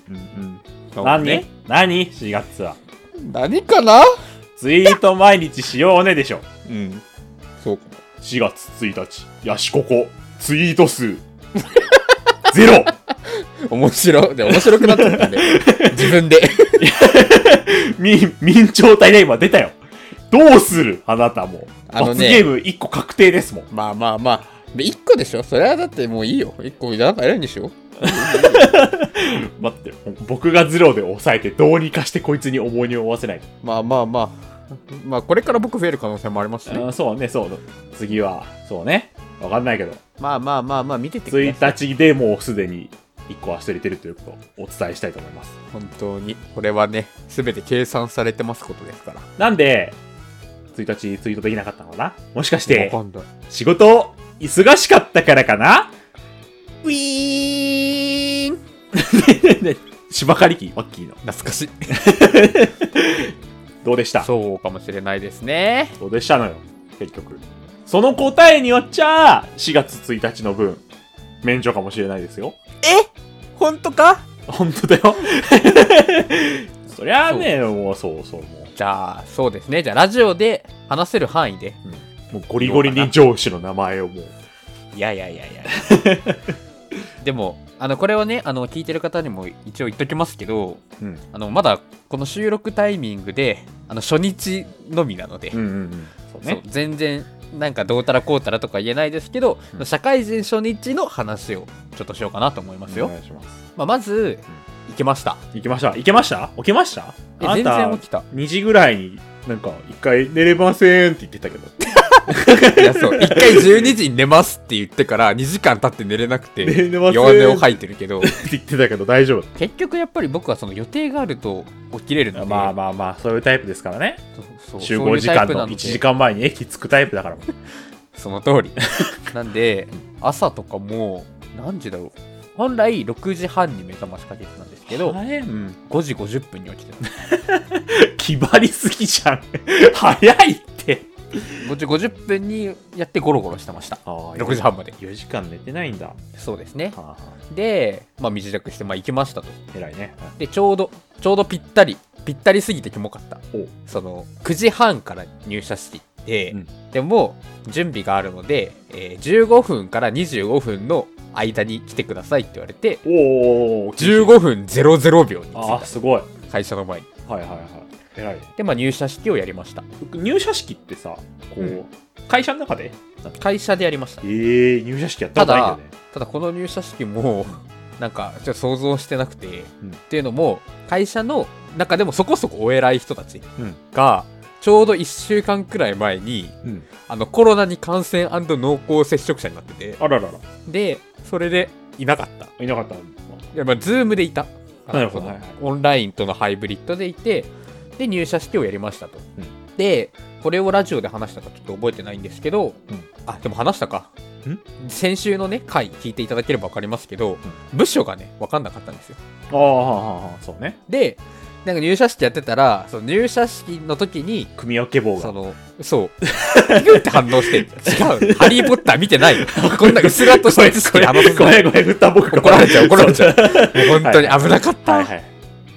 Speaker 1: うん
Speaker 2: うん
Speaker 1: そう
Speaker 2: 何、
Speaker 1: ね
Speaker 2: 何 ?4 月は
Speaker 1: 何かな
Speaker 2: ツイート毎日しようねでしょうん
Speaker 1: そうか。
Speaker 2: 4月1日、ヤシココ、ツイート数、ゼロ
Speaker 1: 面白。で、面白くなっちゃ ったんで。自分で。
Speaker 2: 民、民調体ね、今出たよ。どうするあなたも。
Speaker 1: あのね
Speaker 2: 罰ゲーム1個確定ですもん。
Speaker 1: まあまあまあ。で、1個でしょそれはだってもういいよ。1個、なんか偉いんでしょ
Speaker 2: 待って、僕がゼロで抑えてどうにかしてこいつに重荷に負わせない。
Speaker 1: まあまあまあ。まあ、これから僕増える可能性もありますし、ね。
Speaker 2: あそうね、そう。次は、そうね。わかんないけど。
Speaker 1: まあまあまあまあ、見ててください。
Speaker 2: 1日でもうすでに1個は捨てれてるということをお伝えしたいと思います。
Speaker 1: 本当に。これはね、すべて計算されてますことですから。
Speaker 2: なんで、1日ツイートできなかったのかなもしかして、
Speaker 1: わかんない
Speaker 2: 仕事、忙しかったからかな
Speaker 1: ウィーン
Speaker 2: 芝刈り機、マッキーの。
Speaker 1: 懐かしい。
Speaker 2: どうでした
Speaker 1: そうかもしれないですね。
Speaker 2: どうでしたのよ、結局。その答えによっちゃ、4月1日の分、免除かもしれないですよ。
Speaker 1: 本当か
Speaker 2: 本当だよ。 そりゃあね、もうそうそう、も
Speaker 1: じゃあ、そうですね。じゃあ、ラジオで話せる範囲で。
Speaker 2: う、もうゴリゴリに上司の名前をもう。
Speaker 1: いやいやいやいや。 でも、あの、これをね、あの、聞いてる方にも一応言っときますけど、
Speaker 2: うん。
Speaker 1: あの、まだ、この収録タイミングで、あの、初日のみなので、
Speaker 2: うんうんうん。そう
Speaker 1: そう
Speaker 2: ね。
Speaker 1: 全然、なんかどうたらこうたらとか言えないですけど、
Speaker 2: うん
Speaker 1: 社会人初日の話をちょっとしようかなと思いますよ。
Speaker 2: お願いします。
Speaker 1: まあ、まず、行けました。
Speaker 2: 行きました。行けました起きました
Speaker 1: え
Speaker 2: あん
Speaker 1: 全
Speaker 2: た
Speaker 1: 然起きた。
Speaker 2: 2時ぐらいに、なんか、一回寝れませんって言ってたけど。
Speaker 1: いや、そう。一回12時に寝ますって言ってから、2時間経って寝れなくて、
Speaker 2: 寝れません
Speaker 1: 弱音を吐いてるけど、
Speaker 2: って言ってたけど大丈夫。
Speaker 1: 結局やっぱり僕はその予定があると起きれるので、
Speaker 2: まあまあまあ、そういうタイプですからね。
Speaker 1: そうそう
Speaker 2: 集合時間の1時。間前に駅着くタイプだから。
Speaker 1: そういうタイプなのでその通り。 なんで、朝とかもう、何時だろう。本来6時半に目覚ましかけてたんですけど、
Speaker 2: 早いうん
Speaker 1: 5時50分に起きてた。
Speaker 2: 気張りすぎじゃん。 早いって。
Speaker 1: 5時50分にやってゴロゴロしてました。6
Speaker 2: 6
Speaker 1: 時半まで。
Speaker 2: 4時間寝てないんだ。は
Speaker 1: そうですね
Speaker 2: あ。はあ、
Speaker 1: で、まあ短くして、まあ行きましたと。
Speaker 2: 偉いね。
Speaker 1: でちょうどちょうどぴったりぴったりすぎてキモかった
Speaker 2: お
Speaker 1: その9時半から入社していって、
Speaker 2: うん
Speaker 1: でも準備があるので、えー15分から25分の間に来てくださいって言われて
Speaker 2: おお
Speaker 1: 15分00秒に着い
Speaker 2: あ
Speaker 1: た
Speaker 2: あ、すごい。
Speaker 1: 会社の前に
Speaker 2: はいはいはい。偉い。
Speaker 1: で、まあ、入社式をやりました
Speaker 2: 入社式ってさ、こう、
Speaker 1: うん
Speaker 2: 会社の中で
Speaker 1: 会社でやりました
Speaker 2: ええ入社式やったことないんだよね。
Speaker 1: ただこの入社式も なんかちょっと想像してなくて、
Speaker 2: うん
Speaker 1: っていうのも会社の中でもそこそこお偉い人たち
Speaker 2: うん
Speaker 1: が、ちょうど1週間くらい前に
Speaker 2: うん。
Speaker 1: あのコロナに感染濃厚接触者になってて
Speaker 2: あららら。
Speaker 1: でそれでいなかったい
Speaker 2: いなかった。
Speaker 1: やまあズームでいたあの
Speaker 2: なるほど
Speaker 1: その
Speaker 2: はいはい
Speaker 1: オンラインとのハイブリッドでいてで入社式をやりましたと、
Speaker 2: うん
Speaker 1: でこれをラジオで話したかちょっと覚えてないんですけど、
Speaker 2: うん
Speaker 1: あでも話したか先週のね回聞いていただければ分かりますけど、部署がね分かんなかったんですよ
Speaker 2: ああ、はあはあはあ、そうね。
Speaker 1: でなんか入社式やってたらその入社式の時に
Speaker 2: 組み分け棒
Speaker 1: そ
Speaker 2: が。
Speaker 1: の、そう。 ピクって反応して、違う。ハリー・ポッター見てないよ。こんな薄らっとしたやつし
Speaker 2: ご
Speaker 1: か
Speaker 2: め
Speaker 1: 話
Speaker 2: ん
Speaker 1: さ
Speaker 2: ご
Speaker 1: ない。
Speaker 2: めんごめん、振った僕が。
Speaker 1: 怒られちゃう怒られちゃう
Speaker 2: そ
Speaker 1: もう本当に危なかった。
Speaker 2: はいはい。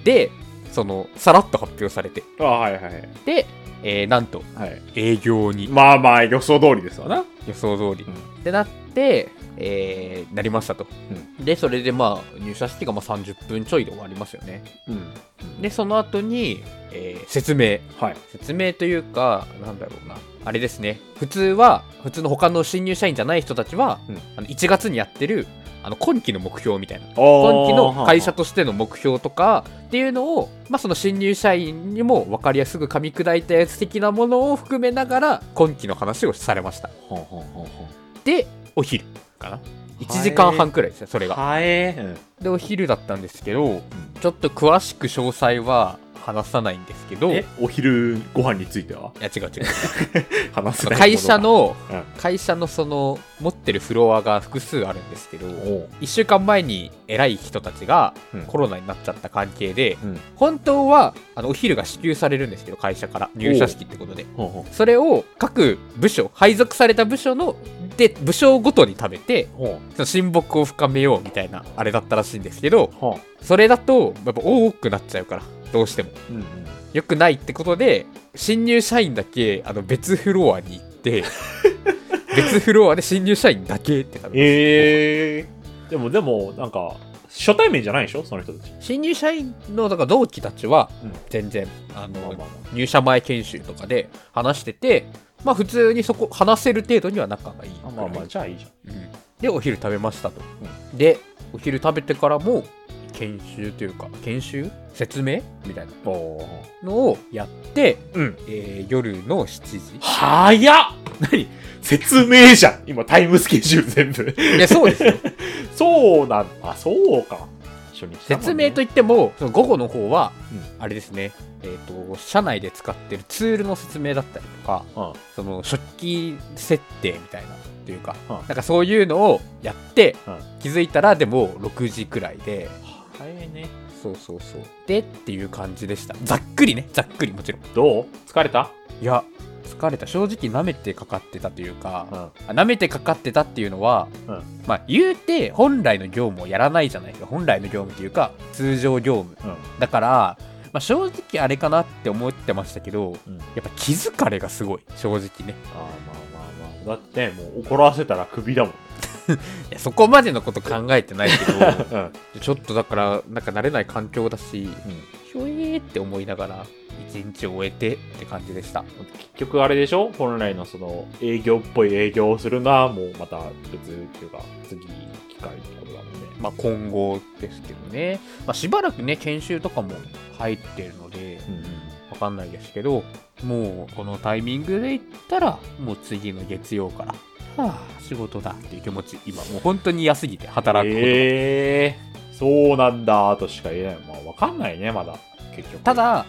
Speaker 1: で、その、さらっと発表されて。
Speaker 2: ああ、はいはい。
Speaker 1: で、えー、なんと、
Speaker 2: はい。
Speaker 1: 営業に
Speaker 2: まあまあ、予想通りですわな。
Speaker 1: 予想通り。
Speaker 2: う
Speaker 1: ってなって、えー、なりましたと。で、それでまあ、入社式がまあ30分ちょいで終わりますよね。
Speaker 2: ん。うん。
Speaker 1: で、その後に、えー、説明。
Speaker 2: はい。
Speaker 1: 説明というか、なんだろうな、あれですね、普通は、普通の他の新入社員じゃない人たちは、
Speaker 2: うん
Speaker 1: あの1月にやってるあの今期の目標みたいな、今
Speaker 2: 今
Speaker 1: 期の会社としての目標とかっていうのを、まあ、その新入社員にも分かりやすく噛み砕いたやつ的なものを含めながら、今期の話をされました。
Speaker 2: ほんほんほんほん
Speaker 1: で、お昼かな。1時間半くらいですね、それが。
Speaker 2: はえー
Speaker 1: で、お昼だったんですけど、ちょっと詳しく詳細は話さないんですけど、い
Speaker 2: えお昼ご飯については
Speaker 1: や違う違う。
Speaker 2: 話せ
Speaker 1: そ
Speaker 2: な
Speaker 1: の
Speaker 2: い
Speaker 1: 会社の
Speaker 2: うん、
Speaker 1: 会社のその持ってるフロアが複数あるんですけど
Speaker 2: おう
Speaker 1: 1週間前に偉い人たちが
Speaker 2: うん
Speaker 1: コロナになっちゃった関係で
Speaker 2: うん
Speaker 1: 本当はあのお昼が支給されるんですけど会社から入社式ってことで
Speaker 2: ほんほん
Speaker 1: それを各部署配属された部署ので部署ごとに貯めて
Speaker 2: ほん
Speaker 1: その親睦を深めようみたいなあれだったらしいんですけど
Speaker 2: ほん
Speaker 1: それだとやっぱ多くなっちゃうからどうしても
Speaker 2: うんうん
Speaker 1: 良くないってことで新入社員だけあの別フロアに行って 別フロアで新入社員だけってなる
Speaker 2: えーでもでもなんか初対面じゃないでしょその人たち。
Speaker 1: 新入社員のだから同期たちは
Speaker 2: うん
Speaker 1: 全然、あの
Speaker 2: まあまあま
Speaker 1: 入社前研修とかで話しててまあ普通にそこ話せる程度には仲がいい
Speaker 2: あ。まあまあ、じゃあいいじゃん。
Speaker 1: うんでお昼食べましたと、でお昼食べてからも研修というか研修説明みたいな
Speaker 2: おー
Speaker 1: のをやって、
Speaker 2: うん。
Speaker 1: えー夜の7
Speaker 2: 早っ 何説明じゃん今、タイムスケジュール全部。
Speaker 1: 時でそうですよ
Speaker 2: そうなんだ。あ、そうか。初日だも
Speaker 1: 説
Speaker 2: んね
Speaker 1: 明といってもその午後の方は、
Speaker 2: う
Speaker 1: あれですね、えー、と社内で使ってるツールの説明だったりとか
Speaker 2: うん。
Speaker 1: その食器設定みたいなというか、
Speaker 2: うん
Speaker 1: なんかそういうのをやって、
Speaker 2: うん
Speaker 1: 気づいたらでも6時くらいで
Speaker 2: 早いね。
Speaker 1: そうそうそうでっていう感じでしたざっくりねざっくりもちろん
Speaker 2: どう疲れた
Speaker 1: いや疲れた正直舐めてかかってたというか、
Speaker 2: ん。
Speaker 1: あ舐めてかかってたっていうのは、
Speaker 2: うん
Speaker 1: まあ言うて本来の業務をやらないじゃないですか本来の業務というか通常業務
Speaker 2: うん。
Speaker 1: だから、まあ、正直あれかなって思ってましたけど
Speaker 2: うん。
Speaker 1: やっぱ気づかれがすごい正直ね
Speaker 2: あーまあまあまあ。だって、もう怒らせたらクビだもん。
Speaker 1: いやそこまでのこと考えてないけ ど
Speaker 2: うん。
Speaker 1: ちょっとだからなんか慣れない環境だし
Speaker 2: う
Speaker 1: ひ
Speaker 2: ん。
Speaker 1: ょえーって思いながら一日終えてって感じでした
Speaker 2: 結局あれでしょ本来のその営業っぽい営業をするのはもうまた別っていうか次機会ってことだもんね。
Speaker 1: まあ、今後ですけどね、まあ、しばらくね研修とかも入ってるので
Speaker 2: うん。
Speaker 1: わかんないですけどもうこのタイミングで言ったらもう次の月曜からはあ仕事だっていう気持ち今もう本当に安すぎて働くことが、
Speaker 2: えー、そうなんだとしか言えない。まあわかんないね、まだ。結局。
Speaker 1: た、だ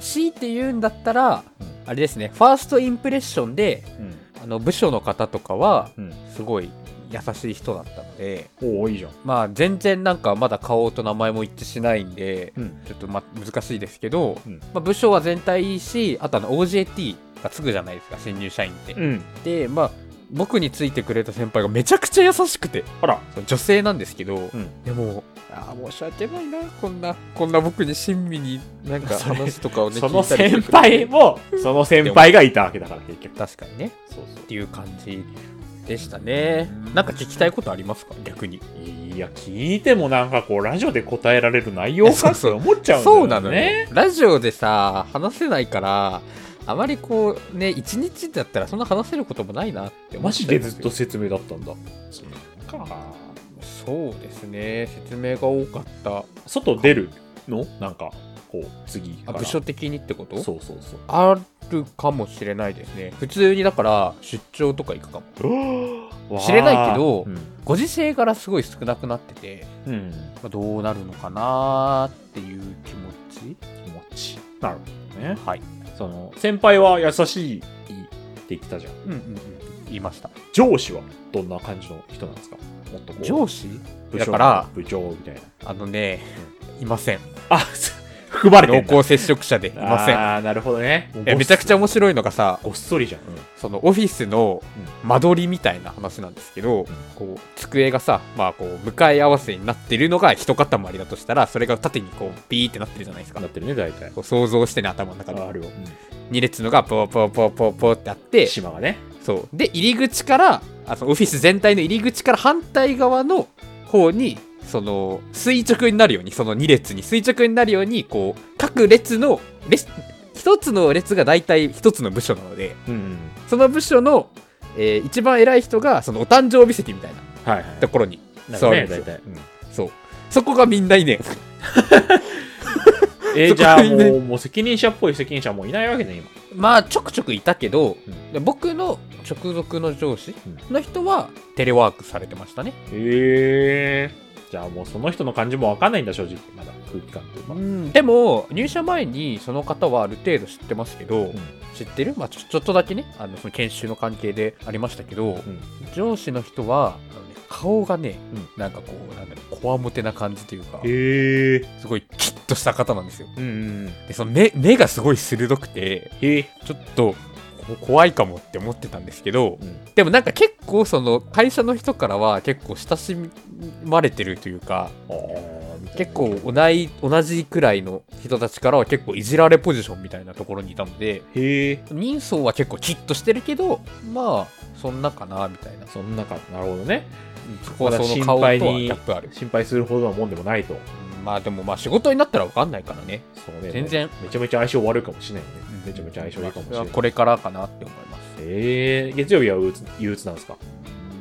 Speaker 1: 強いて言うんだったら
Speaker 2: うん
Speaker 1: あれですねファーストインプレッションで
Speaker 2: うん。
Speaker 1: あの部署の方とかは
Speaker 2: うん。
Speaker 1: すごい優しい人だったので
Speaker 2: おお、いいじゃん。
Speaker 1: まあ全然なんかまだ顔と名前も一致しないんで
Speaker 2: うん。
Speaker 1: ちょっとま難しいですけど
Speaker 2: うん。
Speaker 1: まあ、部署は全体いいしあとあの OJT がつくじゃないですか新入社員って、
Speaker 2: うん。
Speaker 1: でまあ僕についてくれた先輩がめちゃくちゃ優しくて
Speaker 2: ほら。
Speaker 1: その女性なんですけど、
Speaker 2: ん
Speaker 1: でもあー申し訳ないなこんなこんな僕に親身になんか
Speaker 2: それ
Speaker 1: 話とかをね
Speaker 2: その
Speaker 1: 聞いたりしてくれ
Speaker 2: 先
Speaker 1: て
Speaker 2: 輩 も、その先輩がいたわけだから、結局。
Speaker 1: 確かにね
Speaker 2: そうそう
Speaker 1: っていう感じでしたね
Speaker 2: うん
Speaker 1: なんか聞きたいことありますか逆に
Speaker 2: いや、聞いてもなんかこう、ラジオで答えられる内容かって思っちゃうんだよね。
Speaker 1: そうなのねラジオでさ話せないからあまりこうね一日だったらそんな話せることもないなって思
Speaker 2: マ
Speaker 1: っち
Speaker 2: ジ
Speaker 1: ゃいま
Speaker 2: で
Speaker 1: す
Speaker 2: ず
Speaker 1: よ
Speaker 2: っと説明だったんだ。そうか。
Speaker 1: そうですね説明が多かった
Speaker 2: 外出るのなんか、こう、次か
Speaker 1: あ
Speaker 2: ら。
Speaker 1: 部署的にってこと
Speaker 2: そうそうそう。
Speaker 1: あるかもしれないですね普通にだから出張とか行くかも
Speaker 2: わー
Speaker 1: 知れないけど
Speaker 2: うん。
Speaker 1: ご時世からすごい少なくなってて、
Speaker 2: うん
Speaker 1: まあどうなるのかなーっていう気持ち
Speaker 2: 気持ち。なるほどね。
Speaker 1: はい
Speaker 2: その、先輩は優しいって言ってたじゃん。
Speaker 1: うんうんうん言いました
Speaker 2: 上司はどんな感じの人なんですかもっとこう。
Speaker 1: 上司
Speaker 2: 部
Speaker 1: だ
Speaker 2: 署
Speaker 1: から
Speaker 2: 部長みたいな。
Speaker 1: あのね、いません
Speaker 2: あ、 含まれ
Speaker 1: 濃
Speaker 2: てんだ
Speaker 1: 厚接触者でいません
Speaker 2: ああ、なるほどね。
Speaker 1: いやめちゃくちゃ面白いのがさ
Speaker 2: ごっそりじゃん。
Speaker 1: そのオフィスの間取りみたいな話なんですけど、こう机がさ、まあ、こう向かい合わせになってるのが一塊だとしたらそれが縦にこうビーってなってるじゃないですか
Speaker 2: なってるね、大体。
Speaker 1: こう想像してね頭の中
Speaker 2: ああ
Speaker 1: で
Speaker 2: るよ。
Speaker 1: 2列のがポーポーポーポーポーってあって
Speaker 2: 島がね。
Speaker 1: そうで入り口からあそのオフィス全体の入り口から反対側の方にその垂直になるようにその2列に垂直になるようにこう各列の列一つの列が大体一つの部署なので
Speaker 2: うん。
Speaker 1: その部署の、えー一番偉い人がそのお誕生日席みたいな
Speaker 2: はいはい。
Speaker 1: ところに
Speaker 2: なん
Speaker 1: 座
Speaker 2: か
Speaker 1: る
Speaker 2: ね、
Speaker 1: んです
Speaker 2: 大
Speaker 1: よ
Speaker 2: 体。
Speaker 1: そうそこがみんないねえ
Speaker 2: え
Speaker 1: そこ
Speaker 2: ー、じゃあ
Speaker 1: に
Speaker 2: も
Speaker 1: ね
Speaker 2: う、もう責任者っぽい責任者はもういないわけね、今。
Speaker 1: まあちょくちょくいたけど
Speaker 2: うん
Speaker 1: で僕の直属の上司の人はテレワークされてましたね
Speaker 2: へえ。じゃあもうその人の感じもわかんないんだ、正直。まだ空気感っていうか。
Speaker 1: でも入社前にその方はある程度知ってますけど、
Speaker 2: ん
Speaker 1: 知ってる、まあ、ちょちょっとだけねあのその研修の関係でありましたけど、
Speaker 2: ん
Speaker 1: 上司の人はあのね顔がね、
Speaker 2: うん
Speaker 1: なんかこうなんだろうこわもてな感じというか
Speaker 2: へえ。
Speaker 1: すごいキッとした方なんですよ
Speaker 2: うんうんうん。
Speaker 1: でその目目がすごい鋭くて
Speaker 2: へえ。
Speaker 1: ちょっとこ怖いかもって思ってたんですけど、
Speaker 2: うん
Speaker 1: でもなんか結構その会社の人からは結構親しまれてるというか
Speaker 2: あーみたいな
Speaker 1: 結構同い同じくらいの人たちからは結構いじられポジションみたいなところにいたので
Speaker 2: へえ
Speaker 1: 人相は結構キッとしてるけどまあそんなかなみたいな
Speaker 2: そんなかなるほどね
Speaker 1: そこはそ
Speaker 2: まだ
Speaker 1: の
Speaker 2: 心
Speaker 1: 顔とは
Speaker 2: 配
Speaker 1: ギ
Speaker 2: に
Speaker 1: ャップある
Speaker 2: 心配するほどのもんでもないと
Speaker 1: うんまあでもまあ仕事になったら分かんないからね
Speaker 2: そうね
Speaker 1: 全然
Speaker 2: めちゃめちゃ相性悪いかもしれないよね
Speaker 1: うん
Speaker 2: めちゃめちゃ相性いいかもし
Speaker 1: ま
Speaker 2: れ
Speaker 1: あそ
Speaker 2: ない
Speaker 1: れはこれからかなって思います
Speaker 2: ええ月曜日は憂鬱憂鬱なんですか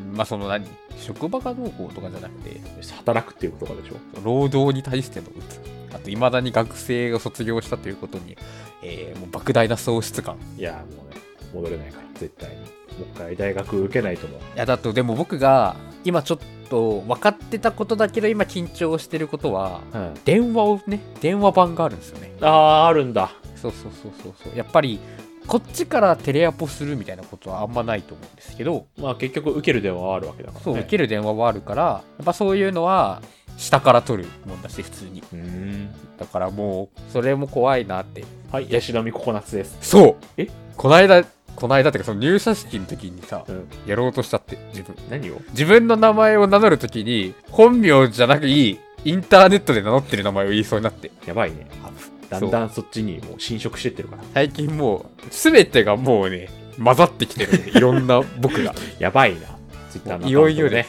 Speaker 1: うんまあその何職場がどうこうとかじゃなくて
Speaker 2: 働くっていうことかでしょ
Speaker 1: 労働に対してのうつあといまだに学生が卒業したということに、えーもう莫大な喪失感
Speaker 2: いやもうね戻れないから絶対にもう一回大学受けないとも
Speaker 1: いやだとでも僕が今ちょっと分かってたことだけど今緊張してることは
Speaker 2: うん
Speaker 1: 電話をね電話番があるんですよね
Speaker 2: あああるんだ
Speaker 1: そうそうそうそうそうやっぱりこっちからテレアポするみたいなことはあんまないと思うんですけど
Speaker 2: まあ結局受ける電話はあるわけだから、ね、
Speaker 1: そう、受ける電話はあるからやっぱそういうのは下から取るもんだし普通に
Speaker 2: うーん
Speaker 1: だからもうそれも怖いなって
Speaker 2: はいヤシの実ココナッツです
Speaker 1: そう
Speaker 2: え
Speaker 1: こないだこないだってかその入社式の時にさ
Speaker 2: うん
Speaker 1: やろうとしたって自分
Speaker 2: 何を
Speaker 1: 自分の名前を名乗る時に本名じゃなくいいインターネットで名乗ってる名前を言いそうになって
Speaker 2: やばいねだん
Speaker 1: そう
Speaker 2: だんそっちにもう侵食してってるから
Speaker 1: 最近もう全てがもうね混ざってきてるねいろんな僕が
Speaker 2: やば いなツイッターの
Speaker 1: いよいよ
Speaker 2: ね
Speaker 1: ね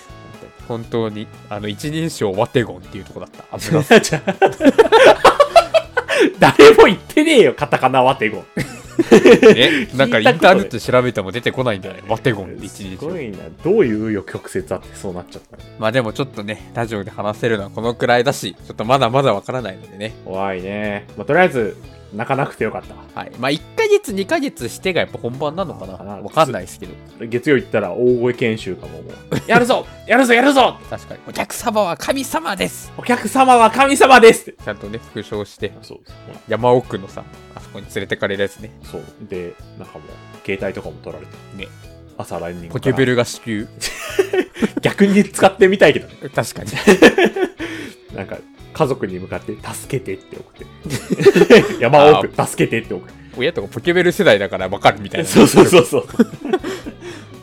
Speaker 1: 本当にあの一人称ワテゴンっていうとこ だった危な
Speaker 2: 本当にじゃあ 誰も言ってねえよカタカナはてゴン
Speaker 1: ねなんかインターネットで調べても出てこないんだよねワテゴンって一人
Speaker 2: すご
Speaker 1: 称
Speaker 2: いなどういう紆余曲折あってそうなっちゃったの
Speaker 1: まあでもちょっとねラジオで話せるのはこのくらいだしちょっとまだまだわからないのでね
Speaker 2: 怖いね、まあ、とりあえず泣かなくてよかった
Speaker 1: はい。まあ、1ヶ月、2ヶ月してがやっぱ本番なのかな
Speaker 2: かな
Speaker 1: わかんないですけど。
Speaker 2: 月曜行ったら大声研修かももうやるぞ やるぞやるぞ
Speaker 1: 確かに。お客様は神様です
Speaker 2: お客様は神様ですって
Speaker 1: ちゃんとね、復唱して、
Speaker 2: そう
Speaker 1: 山奥のさ、あそこに連れてかれるやつね。
Speaker 2: そうでなんかもう携帯とかも取られて
Speaker 1: ね。
Speaker 2: 朝ランニン
Speaker 1: ポ
Speaker 2: グか
Speaker 1: ケ
Speaker 2: ら
Speaker 1: ベルが至急。
Speaker 2: 逆に使ってみたいけどね
Speaker 1: 確かに。
Speaker 2: なんか家族に向かって「助けて」って送 って山奥「助けて」って送って
Speaker 1: 親とかポケベル世代だからわかるみたいな。
Speaker 2: そうそうそうそう、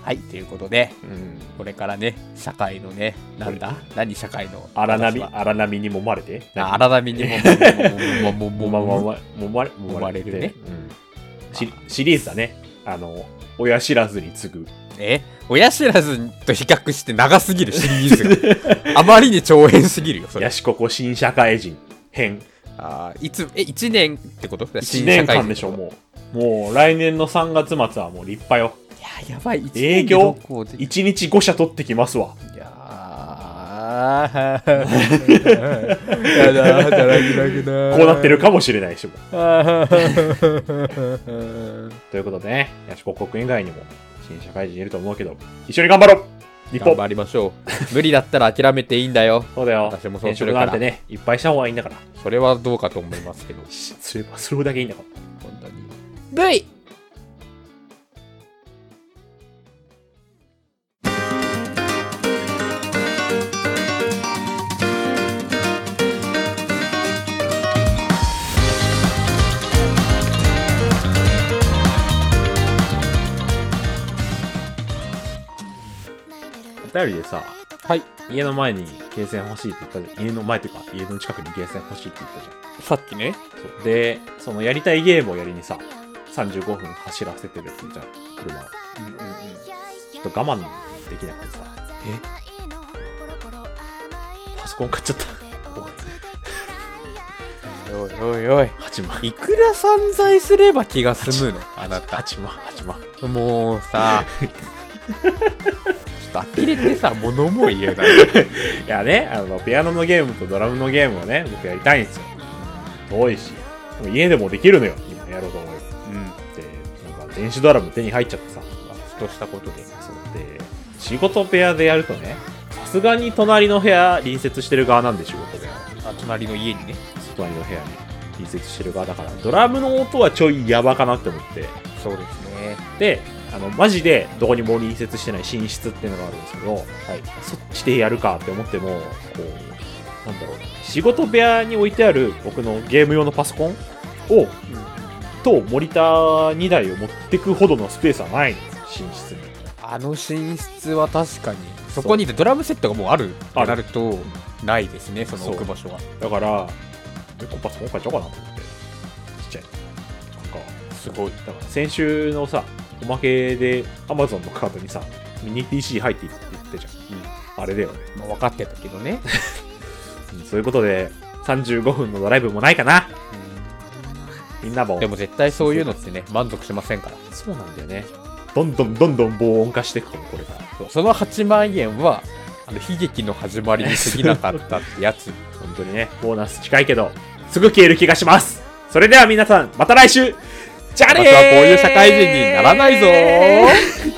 Speaker 1: はい。ということで、
Speaker 2: うん、
Speaker 1: これからね、社会のね、なんだ何社会の。
Speaker 2: 荒波
Speaker 1: あ、
Speaker 2: 荒波に揉まれて
Speaker 1: 荒波にも、も、も、も、
Speaker 2: も
Speaker 1: も、
Speaker 2: ま
Speaker 1: も、
Speaker 2: も
Speaker 1: も、
Speaker 2: まもまれ
Speaker 1: 揉まれるね
Speaker 2: うんシリシリーズだねあの親知らずに次ぐ
Speaker 1: え親知らずと比較して長すぎるシリーズが。あまりに長編すぎるよ、それ
Speaker 2: ヤ。シココ新社会人編
Speaker 1: あーいつえ1年ってこと
Speaker 2: 1年間でしょ
Speaker 1: う
Speaker 2: もうもう来年の3月末はもう立派よ
Speaker 1: いややばい1年
Speaker 2: 営業
Speaker 1: でどこでい
Speaker 2: 1日5社取ってきますわ
Speaker 1: やーやだ働きたくない
Speaker 2: こうなってるかもしれないしも
Speaker 1: あ
Speaker 2: ということでねヤシココ君以外にも新社会人いると思うけど一緒に頑張ろう日
Speaker 1: ー 頑
Speaker 2: 本
Speaker 1: 張りましょう無理だったら諦めていいんだよ
Speaker 2: そうだよ
Speaker 1: 私もそう
Speaker 2: 転
Speaker 1: す
Speaker 2: 職
Speaker 1: る
Speaker 2: な
Speaker 1: か
Speaker 2: ん
Speaker 1: ら
Speaker 2: てねいっぱいした方がいいんだから
Speaker 1: それはどうかと思いますけど
Speaker 2: しすればそれだけいいんだから
Speaker 1: 本当に V
Speaker 2: お便りでさ
Speaker 1: はい
Speaker 2: 家の前にゲーセン欲しいって言った家の前というか家の近くにゲーセン欲しいって言ったじゃん
Speaker 1: さっきね
Speaker 2: そうでそのやりたいゲームをやりにさ35分走らせてるってじゃん車を
Speaker 1: うんうんうん
Speaker 2: ちょっと我慢できなくてさパソコン買っちゃった
Speaker 1: おいおいおい
Speaker 2: 8万
Speaker 1: いくら散財すれば気が済むのあなた
Speaker 2: 8万8万
Speaker 1: もうさちょっと呆れてさ物も言えない
Speaker 2: いやねあのピアノのゲームとドラムのゲームをね僕やりたいんですよ遠いしでも家でもできるのよ今やろうと思えば
Speaker 1: うん
Speaker 2: でなんか電子ドラム手に入っちゃってさ
Speaker 1: ふとしたことで
Speaker 2: そうで仕事部屋でやるとねさすがに隣の部屋隣接してる側なんで仕事部屋は
Speaker 1: あ隣の家にね
Speaker 2: 隣の部屋に隣接してる側だからドラムの音はちょいやばかなって思って
Speaker 1: そうですね
Speaker 2: であのマジでどこにも隣接してない寝室っていうのがあるんですけど、そっちでやるかって思ってもこうなんだろう仕事部屋に置いてある僕のゲーム用のパソコンをとモニター2台を持ってくほどのスペースはないの寝室に
Speaker 1: あの寝室は確かにそこにドラムセットがもうある
Speaker 2: あ
Speaker 1: と
Speaker 2: る
Speaker 1: なるとないですねその
Speaker 2: そう
Speaker 1: 置く場所は
Speaker 2: だからえコンパス今回ちゃおうかなと思ってちっちゃいなんかすごいだから先週のさおまけで Amazon のカードにさミニ PC 入っていいって言ってたじゃん、あれだよね
Speaker 1: まあ分かってたけどね
Speaker 2: うんそういうことで35分のドライブもないかなみんなも
Speaker 1: でも絶対そういうのってね満足しませんから
Speaker 2: そうなんだよねどんどんどんどん防音化していくからこれから
Speaker 1: そうその8万円はあの悲劇の始まりに過ぎなかったってや つ
Speaker 2: 本当にねボーナス近いけどすぐ消える気がしますそれでは皆さんまた来週じゃあねー
Speaker 1: 私はこういう社会人にならないぞ